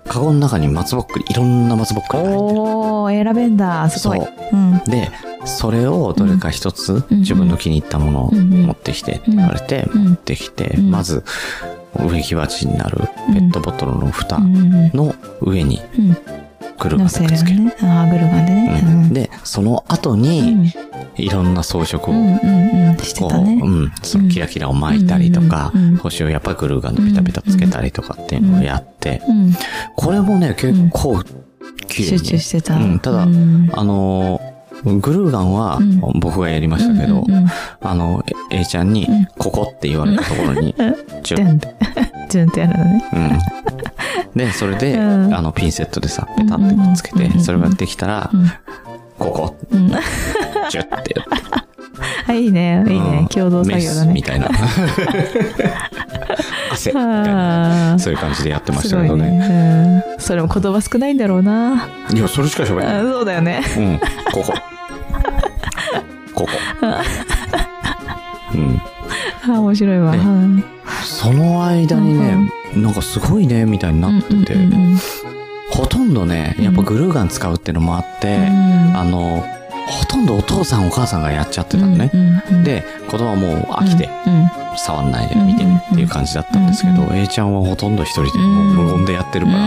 S1: カゴの中に松ぼっくり、いろんな松ぼっくりが入ってる。
S2: おお選べんだすごい
S1: そう
S2: うん
S1: で、それをどれか一つ
S2: うん
S1: 自分の気に入ったものを
S2: うんうん
S1: 持ってきて、言われて、
S2: うん
S1: 持ってきて、
S2: うん
S1: まず、植木鉢になるペットボトルの蓋
S2: うんうん
S1: の上に
S2: うん
S1: くるま
S2: の
S1: で
S2: せ
S1: くっ
S2: る
S1: つける。
S2: ねあーグルガンでね
S1: う
S2: うんん
S1: で、その後
S2: う
S1: に、
S2: ん
S1: いろんな装飾
S2: う
S1: を、
S2: んうんうんして
S1: こ
S2: た
S1: う、
S2: ね
S1: うん、そのキラキラを巻いたりとか
S2: うんうんうん、
S1: 星をやっぱグルーガンでペタペタつけたりとかっていうのをやって、
S2: うん
S1: これもね、結構、綺麗
S2: 集中
S1: に。
S2: してた
S1: うんただ
S2: うん
S1: あのー、グルーガンは
S2: うん
S1: 僕がやりましたけど
S2: うん、うんうん
S1: あの、え A ちゃんに
S2: うん、
S1: ここって言われたところ に
S2: う、
S1: チ
S2: ドゥ
S1: ュ
S2: ンって ドゥンってやるのね
S1: うん。で、それで、
S2: うん
S1: あの、ピンセットでさ、ペタってくっつけ
S2: うんうんう
S1: て、
S2: ん
S1: それができたら、ここ、
S2: うんうん
S1: チュッてやって。
S2: あいいね いい
S1: うん
S2: ね共同作業だ
S1: メス
S2: ね
S1: みたいな。 汗、みたいな。
S2: あー
S1: そういう感じでやってますした
S2: ご
S1: け
S2: い
S1: どね。
S2: ねうんそれも言葉少ないんだろうない
S1: や、それしか喋
S2: あ
S1: れない。
S2: そうだよね
S1: うん、ここ。ここ。うん。
S2: あ面白いわ
S1: ね
S2: うん
S1: その間にね、なんかすごいね、みたいになってて
S2: うん、うんうん
S1: ほとんどね、やっぱグルーガン使うってのもあって、あの、ほとんどお父さんお母さんがやっちゃってたのね。
S2: うんうん
S1: で、子供はもう飽きて、
S2: うん
S1: 触んないで見てねっていう感じだったんですけど、
S2: うん
S1: A ちゃんはほとんど一人でもう無言でやってるから、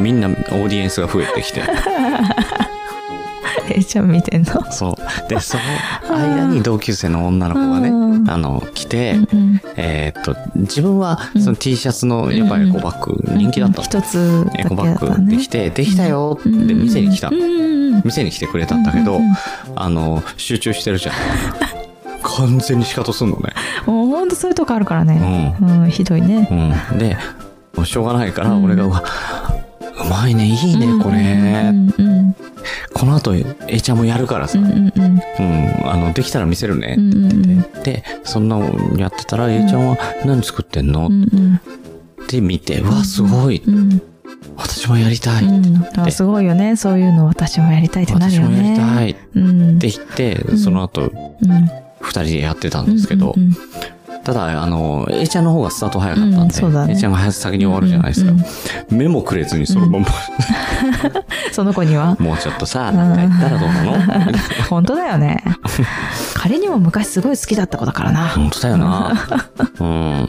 S1: みんなオーディエンスが増えて きて、
S2: えちゃん見てんの
S1: そう。で、その間に同級生の女の子がね、
S2: うん
S1: あの、来て、
S2: うん
S1: えーっと、自分は
S2: うん
S1: その T シャツの、やっぱエコバッグ、人気だった。
S2: 一つだけ
S1: エコ
S2: だ
S1: バ
S2: った
S1: ッグで
S2: ね
S1: きて、できたよって
S2: うん
S1: 店に来た
S2: うん。うんうん
S1: 店に来てくれたんだけど
S2: うんうんうん、
S1: あの、集中してるじゃん。完全に仕方すんのね。
S2: もうほんとそういうとこあるからねうんひどいね
S1: うん。で、もうしょうがないから、
S2: うん
S1: 俺が、うわうまいね、いいね、こ
S2: う
S1: れ。
S2: んうん
S1: この後、A ちゃんもやるから
S2: う
S1: さ、
S2: ん
S1: う
S2: うんうん
S1: ん、あの、できたら見せるね
S2: う。んうんうん
S1: で、そんなのやってたら、A ちゃんは何作ってんの
S2: うんうん
S1: って見て、うわ、すごい。
S2: うん
S1: 私もやりたい。
S2: うんあすごいよねそういうの私もやりたいってなる
S1: 私
S2: よ
S1: もや
S2: ね
S1: りたいっ
S2: うん
S1: て言って、
S2: ん
S1: その後、
S2: うん
S1: 二人でやってたんですけど、
S2: うんうん
S1: ただ、あの、A ちゃんの方がスタート早かったん
S2: うん
S1: で、
S2: そうだね
S1: A ちゃんが早く先に終わるじゃないですか。
S2: うんうん
S1: 目もくれずにそのまま、
S2: その子 には
S1: もうちょっとさ、なんか言ったらどうなの
S2: 本当だ よね彼にも昔すごい好きだった子だからな
S1: 本当だよな。うん。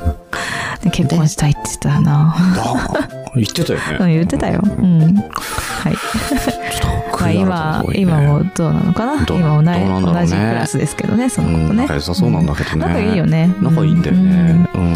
S2: で結婚したいって言ってたよな
S1: あ 言ってたよね。
S2: うん言ってたようんはい
S1: ちょっと
S2: まあ
S1: 悔いがあ
S2: 今
S1: るとこ多いね
S2: 今もどうなのかな
S1: どう
S2: 今もな
S1: どうなんだろうね
S2: 同じクラスですけどねその子
S1: う
S2: と
S1: ん、
S2: ね
S1: 仲良さそうなんだけどね。
S2: 仲いいよね
S1: 仲いいんだよね。うん。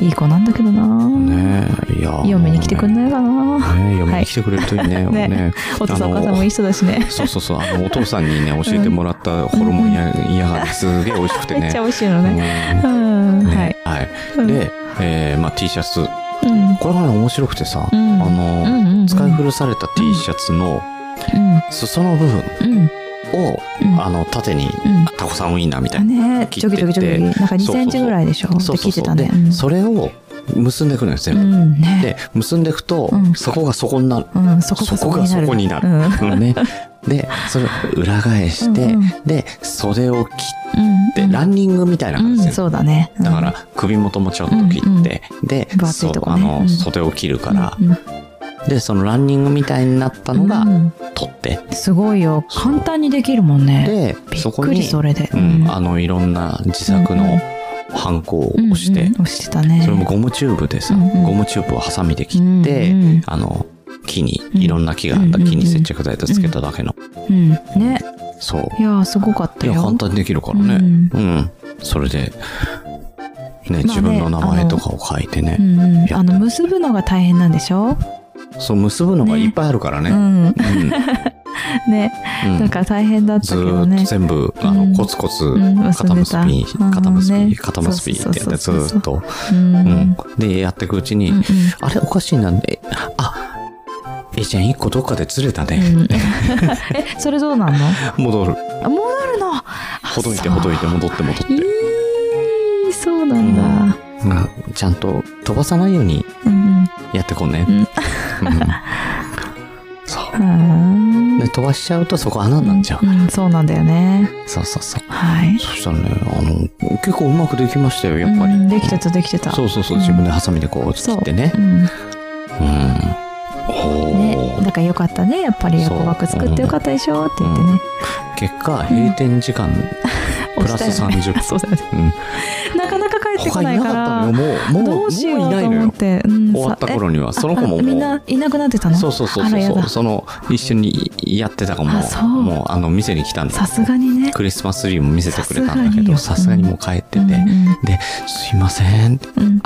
S2: いい子なんだけどな、
S1: ねえいや
S2: いい嫁に来てくん
S1: い
S2: ないかな、
S1: ねえ嫁に来てくれるといいね
S2: ね
S1: ね
S2: お父さん
S1: あの
S2: お母さんもいい人だしね
S1: そうそうそうあのお父さんにね教えてもらったホルモンやいやがすげえ美味しくて
S2: めっ
S1: ね
S2: ちゃ美味しいの
S1: うん
S2: ねうん、はい
S1: ねはいで、えーまあ、T シャツ
S2: うん
S1: これがね面白くてさ、
S2: うん
S1: あの、
S2: うんうんうん
S1: 使い古された T シャツの
S2: うん
S1: 裾の部分
S2: うん
S1: を、
S2: うん
S1: あの縦に
S2: うん
S1: タコさんウインナーみたいな、
S2: ね
S1: 切
S2: ジ
S1: っ
S2: ョ
S1: てて
S2: ギジョギジョギなんか2
S1: そうそうそう
S2: センチぐらいでしょ
S1: そう
S2: って
S1: そう
S2: 聞いて
S1: そう
S2: た
S1: で
S2: ね、うん
S1: それを結んでいくのよ全
S2: う
S1: 部、
S2: んね
S1: で結んでいくと、
S2: うん
S1: そこがそこになる、
S2: うんそこ
S1: そ
S2: がそ
S1: こ
S2: こ
S1: が
S2: にな
S1: そ
S2: る
S1: こになる、
S2: うん
S1: うんね、でそれを裏返して、
S2: うんうん
S1: で袖を切
S2: うん
S1: って、ランニングみたいな
S2: う
S1: 感じ
S2: ん
S1: ですね、
S2: そうだね
S1: だから首元もちょっと切って、
S2: うんうん
S1: で、
S2: 分厚
S1: そ
S2: いうとこ
S1: あ
S2: ね
S1: の
S2: うん
S1: 袖を切る
S2: だ
S1: から、でそのランニングみたいになったのが取って、
S2: すごいよ
S1: そう
S2: 簡単にできるもんね
S1: で
S2: び
S1: そ
S2: っ
S1: こ
S2: く
S1: に
S2: りそれで
S1: うん、あのいろんな自作
S2: うんう
S1: の
S2: ん
S1: ハンコを
S2: うん
S1: 押して、
S2: うん押してたね
S1: それもゴムチューブでさ、
S2: うんうん
S1: ゴムチューブをハサミで切って、
S2: うんうん
S1: あの木に
S2: うん
S1: いろんな木があった
S2: うんうん
S1: 木に接着剤でつけただけの、
S2: うんね
S1: そう
S2: いやーすごかった
S1: い
S2: よ
S1: や簡単にできるからねう
S2: うんん、
S1: それで、ね、
S2: ね
S1: 自分の名前とかを書いてね、
S2: うんうんあの結ぶのが大変なんでしょ
S1: そう結ぶのがいっぱいあるからね
S2: うん
S1: うん
S2: ね
S1: うん
S2: だから大変だった
S1: ず
S2: けど
S1: ーっと
S2: ね
S1: 全部、あの
S2: うん
S1: コツコツ
S2: うん結
S1: 肩
S2: んで
S1: 結
S2: た
S1: び、
S2: うん
S1: 肩結び、
S2: ね
S1: 肩結びってやって
S2: そう
S1: ず
S2: そ
S1: ー
S2: うそうそう
S1: っと、
S2: うんう
S1: うんん、でやっていくうちに、
S2: うん
S1: あれおかしいなえあえちゃん一個どっかでずれたね、
S2: うんえ それどうなんの
S1: 戻る
S2: あ戻るの
S1: ほどいてほどいて戻って戻って、
S2: いいそうなんだ、
S1: うん、ちゃんと飛ばさないように
S2: うん
S1: やってこんね、
S2: うん
S1: うんそう
S2: うん、
S1: で飛ばしちゃうとそこ穴になっちゃう、
S2: んんそうなんだよね
S1: そうそうそう
S2: はい
S1: そしたらねあの結構うまくできましたよやっぱり、
S2: うんできてたできてた
S1: そうそうそう
S2: うん
S1: 自分でハサミでこう切
S2: そう
S1: ってね
S2: うん
S1: うんお
S2: ね
S1: ー
S2: だからよかったねやっぱり
S1: そう
S2: 横枠作ってよかったでしょって言ってね、
S1: 結果閉店時間プラス
S2: 押したよね
S1: 30
S2: そうだよね
S1: 分
S2: なかなか帰ってこ
S1: 他
S2: ないい
S1: な
S2: か
S1: かった
S2: ら
S1: のよもうも
S2: ど
S1: う
S2: うし
S1: もう
S2: よう
S1: い
S2: と
S1: ないの
S2: 思っ
S1: よ
S2: て、うん
S1: 終わった頃にはその子ももう
S2: あみんないなくなってたの
S1: そうそうそう
S2: あらや
S1: そう
S2: だ
S1: その一緒にやってた子も
S2: あそう
S1: もうあの店に来たんだ
S2: さすがにね
S1: クリスマスツリーも見せてくれたんだけどさ
S2: さ
S1: す
S2: す
S1: が
S2: が
S1: に
S2: によ
S1: もう帰ってて、
S2: うんうん
S1: で「すいません
S2: うんうんうん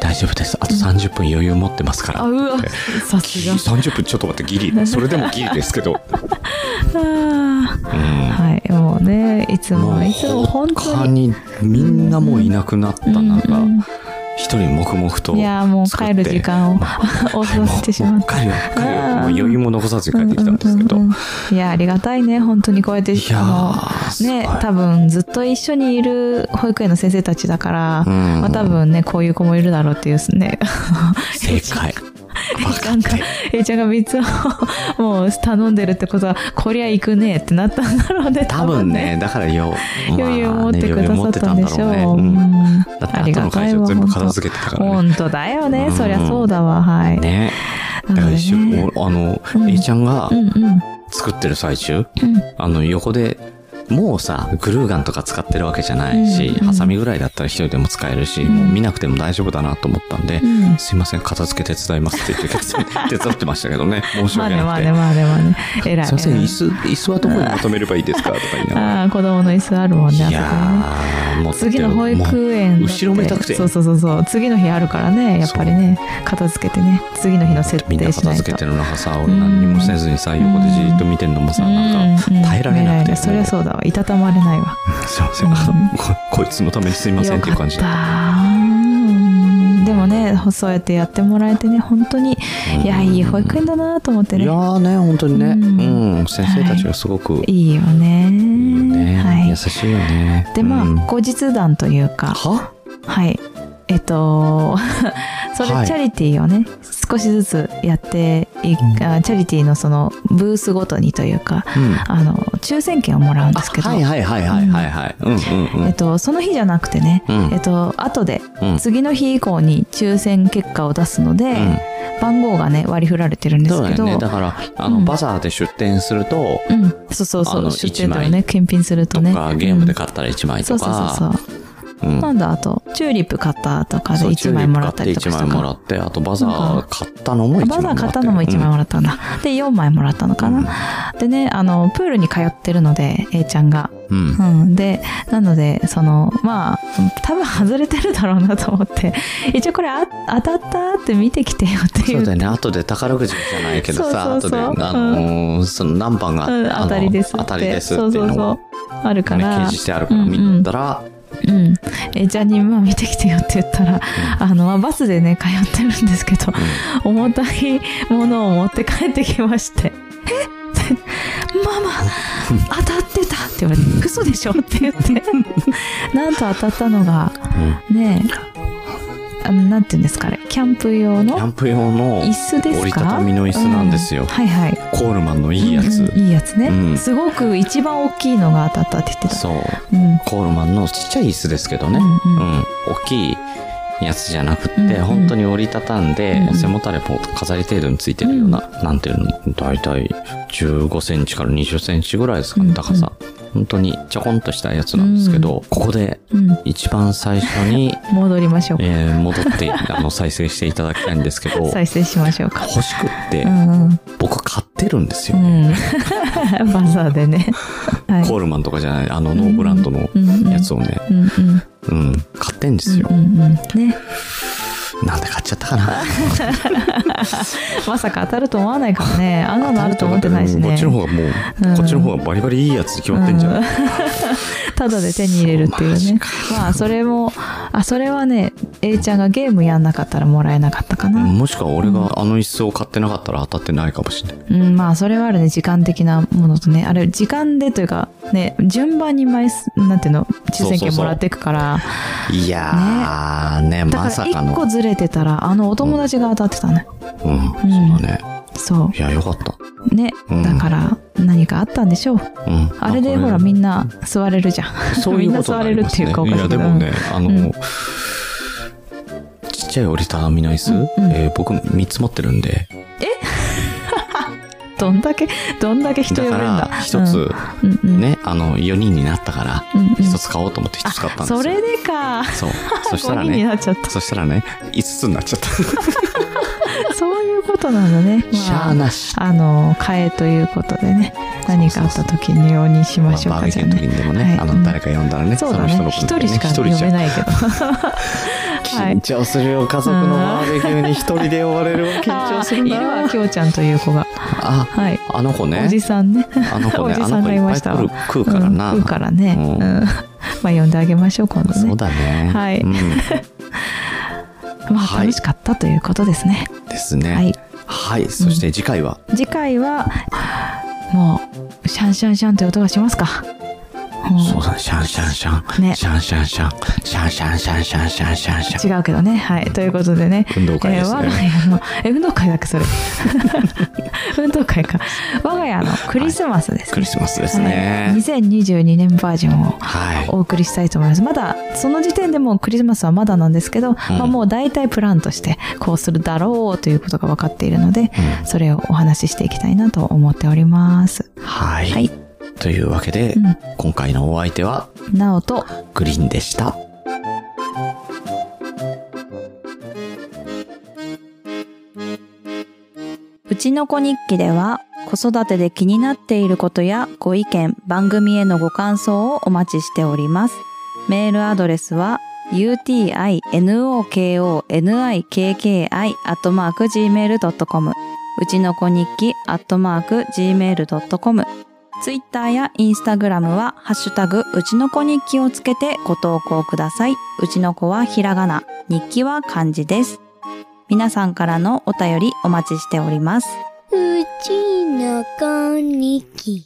S1: 大丈夫ですあと30分余裕持ってますから」
S2: あう わさ
S1: ギ
S2: す
S1: リ
S2: が
S1: 30分ちょっと待ってギリそれでもギリですけど、うん、
S2: あーはいもうねいつもいつも本当
S1: 他
S2: に
S1: にみんなもういなくなったなんか
S2: うんうん
S1: 一人黙々と
S2: いやーもう
S1: 作っ
S2: 帰
S1: て
S2: る時間を 遅らせてしま
S1: もう
S2: っ
S1: 帰るよ帰るよ
S2: あー
S1: もう余裕も残さずに帰ってきたんですけど、
S2: うんうんうんうんいやありがたいね本当にこうやって
S1: いや
S2: あ
S1: ーす
S2: の
S1: ごい
S2: ね多分ずっと一緒にいる保育園の先生たちだから、
S1: うん
S2: まあ、多分ねこういう子もいるだろうっていうね
S1: 正解分か
S2: な
S1: っ
S2: んか
S1: てる
S2: A ちゃんが3つを もう頼んでるってことはこりゃ行くねってなったんだろうね
S1: 多分ねだからよ、まあね、
S2: 余裕を持ってくださったんでしょう、
S1: 余裕を持ってたんだろうね、うん、だって
S2: あり
S1: 後
S2: が
S1: の
S2: た
S1: 会
S2: い
S1: 社
S2: わ
S1: 全部片付けてたからね
S2: 本当だよね、
S1: うん
S2: そりゃそうだわはい、
S1: ねだ
S2: な
S1: か
S2: の
S1: ら
S2: で
S1: 一
S2: ね
S1: 瞬あの、
S2: うん
S1: A ちゃんが
S2: うんうん
S1: 作ってる最中、
S2: うん
S1: あの横でもうさグルーガンとか使ってるわけじゃないし、
S2: うんうん
S1: ハサミぐらいだったら一人でも使えるし、
S2: ん
S1: もう見なくても大丈夫だなと思ったんで、
S2: うん
S1: すいません片付け手伝いますって言って手伝手伝ってましたけどね申し
S2: まあ
S1: 訳
S2: ねま
S1: な
S2: あ
S1: く
S2: ね
S1: て。
S2: まあねまあね偉い
S1: すいません椅子椅子はどこにまとめればいいですかとか言いながら
S2: ああ子供の椅子あるもん
S1: い
S2: ねあそこにね
S1: やーもう
S2: 次の保
S1: もう
S2: 育園だって
S1: 後ろめたくて
S2: そうそうそうそう次の日あるからねやっぱりね片付けてね次の日の設
S1: みん
S2: 定
S1: な
S2: し
S1: 片
S2: ないと
S1: 付けてる中さ俺何にもせずにさ横でじーっと見てるのもさなんか
S2: うんうん
S1: 耐えられなく
S2: 偉い
S1: て
S2: ねそりゃ
S1: も
S2: そうだわいたたまれないわ
S1: うすいませんあの ここいつのためにすいませんっていう感じ
S2: よか
S1: だ
S2: ったうんでもねそうやってやってもらえてね本当にいやいい保育園だなと思って
S1: い
S2: ね
S1: やーね本当にね
S2: うん
S1: うん先生たちがすごくい
S2: いいよね
S1: いよね、
S2: はい
S1: 優しいよね
S2: でまあ、
S1: うん
S2: 後日談というか
S1: は
S2: はい。えっと、 それ、
S1: はい
S2: チャリティーをね、少しずつやってい、
S1: うん
S2: あチャリティーのそのブースごとにというか、
S1: うん
S2: あの、抽選券をもらうんですけど、
S1: はいはいはいはいはいはいうんうんう
S2: え
S1: ん
S2: っと、その日じゃなくてね、
S1: うん
S2: えっと、後で、
S1: うん
S2: 次の日以降に抽選結果を出すので、
S1: うん
S2: 番号がね、割り振られてるんです
S1: そうだ
S2: け
S1: よ
S2: ど、
S1: ねだからあの、
S2: うん
S1: バザーで出店すると
S2: うん、そうそう
S1: あ
S2: そ
S1: の
S2: う、出店と
S1: 一
S2: か
S1: 枚
S2: ね、検品すると
S1: と
S2: ね。
S1: か、ゲームで
S2: うん
S1: 買ったら1枚と
S2: そうそうそうそ
S1: か
S2: う。
S1: うん
S2: なんだあとチューリップ買ったとかで
S1: そう
S2: 1枚もらったりとかし
S1: チュー
S2: た
S1: リップ買って1枚も
S2: か
S1: らってあとバザー買ったのも1枚もら
S2: バ
S1: って
S2: ザー買ったのも1枚もらったんだ、で4枚もらったのかな、でねあのプールに通ってるので A ちゃんが、
S1: うんうん
S2: うん、でなのでそのまあ多分外れてるだろうなと思って一応これあ当たったって見てきてよってい
S1: そううだよね後で宝くじじゃないけどさ
S2: そうそうそう
S1: 後であのーその何番が、
S2: うん
S1: あの
S2: 当たりですって
S1: 当たりですって
S2: そ
S1: いう
S2: そうう
S1: の
S2: そ
S1: を
S2: うあるか
S1: ね掲
S2: ら
S1: 示してあるから
S2: うんうん
S1: 見に行ったら、
S2: うん、えじゃあにまあ見てきてよって言ったら、あのまあバスでね通ってるんですけど、重たいものを持って帰ってきまして「えっ?」ママ当たってた」って言われて「嘘でしょ?」って言ってなんと当たったのが
S1: うん
S2: ねえあのなんていうんですかねキャンプ用
S1: キャ
S2: の
S1: ンプ用の
S2: 椅子ですか
S1: 折りたたみの椅子なんですよ
S2: うはいはい
S1: コールマンのいいやつ、
S2: うんいいやつね、
S1: うん
S2: すごく一番大きいのが当たったって言ってた
S1: そう
S2: うん
S1: コールマンのちっちゃい椅子ですけどね、
S2: う
S1: うんん
S2: うん
S1: 大きいやつじゃなくって、
S2: うんうん
S1: 本当に折りたたんで、
S2: うん
S1: 背もたれも飾り程度についてるような、なんていうの大体15センチから20センチぐらいですか
S2: うんう
S1: ね
S2: ん
S1: 高さ、本当にちょこんとしたやつなんですけど、ここで
S2: うん
S1: 一番最初に、
S2: 戻りましょうか、
S1: えー戻ってあの再生していただきたいんですけど
S2: 再生しましょうか
S1: 欲しくって、
S2: うんうん
S1: 僕買ってるんです
S2: う
S1: よ、
S2: ん、 バザーでね。はい
S1: コールマンとかじゃないあのノーブランドのやつをね、
S2: うんうんうん
S1: うん、買ってんですよ
S2: う、んうんね、
S1: なんで買っちゃったかな
S2: まさか当たると思わないからね あんなのあると思ってないし
S1: こ
S2: ね
S1: っちの方がもう、
S2: うん
S1: こっちの方がバリバリいいやつに決まってんじゃん、
S2: う ただで手に入れるっていうねまあそれもあそれはね A ちゃんがゲームやんなかったらもらえなかったかな、
S1: もしくは俺があの椅子を買ってなかったら当たってないかもしれない、
S2: うんまあそれはあるね時間的なものとねあれ時間でというかね順番に枚数なんていうの
S1: そ
S2: 抽選
S1: うそう
S2: 券
S1: そう
S2: もらっていくから
S1: いやーね
S2: だか
S1: ま
S2: ら
S1: さかの
S2: 1個ずれてたらあのお友達が当たってたね、
S1: うん、そうだね
S2: そ
S1: いやよかった、
S2: うね、
S1: うん
S2: だから何かあったんでしょう
S1: うん、
S2: あれでほら
S1: ん
S2: みんな座れるじゃん。
S1: そういうことになりますね
S2: みんな座れるっていうかおかしい
S1: や
S2: な
S1: でもねあの、
S2: うん
S1: ちっちゃい折りたたみの椅子、
S2: うん
S1: えー僕3つ持ってるんで
S2: どんだけどんだけ人呼
S1: だ
S2: べる
S1: か
S2: ん
S1: ら
S2: だ。
S1: 1つ、
S2: うんうん
S1: ねあの4人になったから
S2: うんうん
S1: 1つ買おうと思って1つ買ったんですよ、
S2: それでか。
S1: そうそした
S2: ゴ
S1: ら
S2: ミに
S1: ね
S2: なっちゃっ
S1: そしたらね5つになっちゃった
S2: た。そういうことなんだね。
S1: しゃあ
S2: まあ
S1: なし。
S2: あの替えということでね、何かあった時に用にし
S1: ま
S2: ま
S1: あ
S2: しょう
S1: バー
S2: か
S1: ベ
S2: じ
S1: キュ
S2: ゃあ
S1: ーの時
S2: ね。
S1: にでもね、
S2: はい
S1: あの誰か呼んだらね、
S2: そうだ
S1: そ
S2: ね
S1: の。
S2: 一
S1: 人の分
S2: 人し
S1: ね
S2: か呼
S1: 一人
S2: べ
S1: じゃ
S2: ない けど。はい
S1: 緊張するよ家族のバーベキューに一人で呼ばれるわ緊張する
S2: あーいるわ
S1: な。
S2: きょうちゃんという子が。
S1: あ
S2: はい。
S1: あの子
S2: お
S1: ね
S2: じさんね。
S1: あの子
S2: お
S1: ね
S2: じ
S1: あ
S2: さ
S1: の
S2: ん
S1: 子
S2: が
S1: い
S2: い
S1: っぱ
S2: ま
S1: い
S2: した
S1: 来る食うからな。
S2: うん食うからね。
S1: うん
S2: うんまあ呼んであげましょう今度ね。
S1: そうだね。
S2: はい
S1: うん
S2: まあ
S1: はい
S2: 楽しかったということですね。
S1: です
S2: は
S1: ね
S2: い。。
S1: はいそして次回は
S2: 次回はもうシャンシャンシャンという音がしますか。も
S1: そうだねシャンシャンシャン
S2: ね
S1: シャンシャンシャンシャンシャンシャンシャンシャンシャンシャン
S2: 違うけどね。はい。ということでね。
S1: 運動会ですね
S2: えー我が家のえ運動会だっけそれ。 運動会か。我が家のクリスマスです、ね
S1: クリスマスですね。
S2: はい。2022年バージョンを。
S1: はい。
S2: お送りしたいと思いますまだその時点でもうクリスマスはまだなんですけど、まあ、もう大体プランとしてこうするだろうということが分かっているので、
S1: うん
S2: それをお話ししていきたいなと思っております。
S1: はい、
S2: はい
S1: というわけで、
S2: うん
S1: 今回のお相手は
S2: なおと
S1: グリーンでした。
S3: うちの子日記では子育てで気になっていることやご意見、番組へのご感想をお待ちしております。メールアドレスは utinokonikki.gmail.com うちの子日記 .gmail.com ツイッターやインスタグラムはハッシュタグうちの子日記をつけてご投稿ください。うちの子はひらがな、日記は漢字です。皆さんからのお便りお待ちしております。
S4: うちのこにき。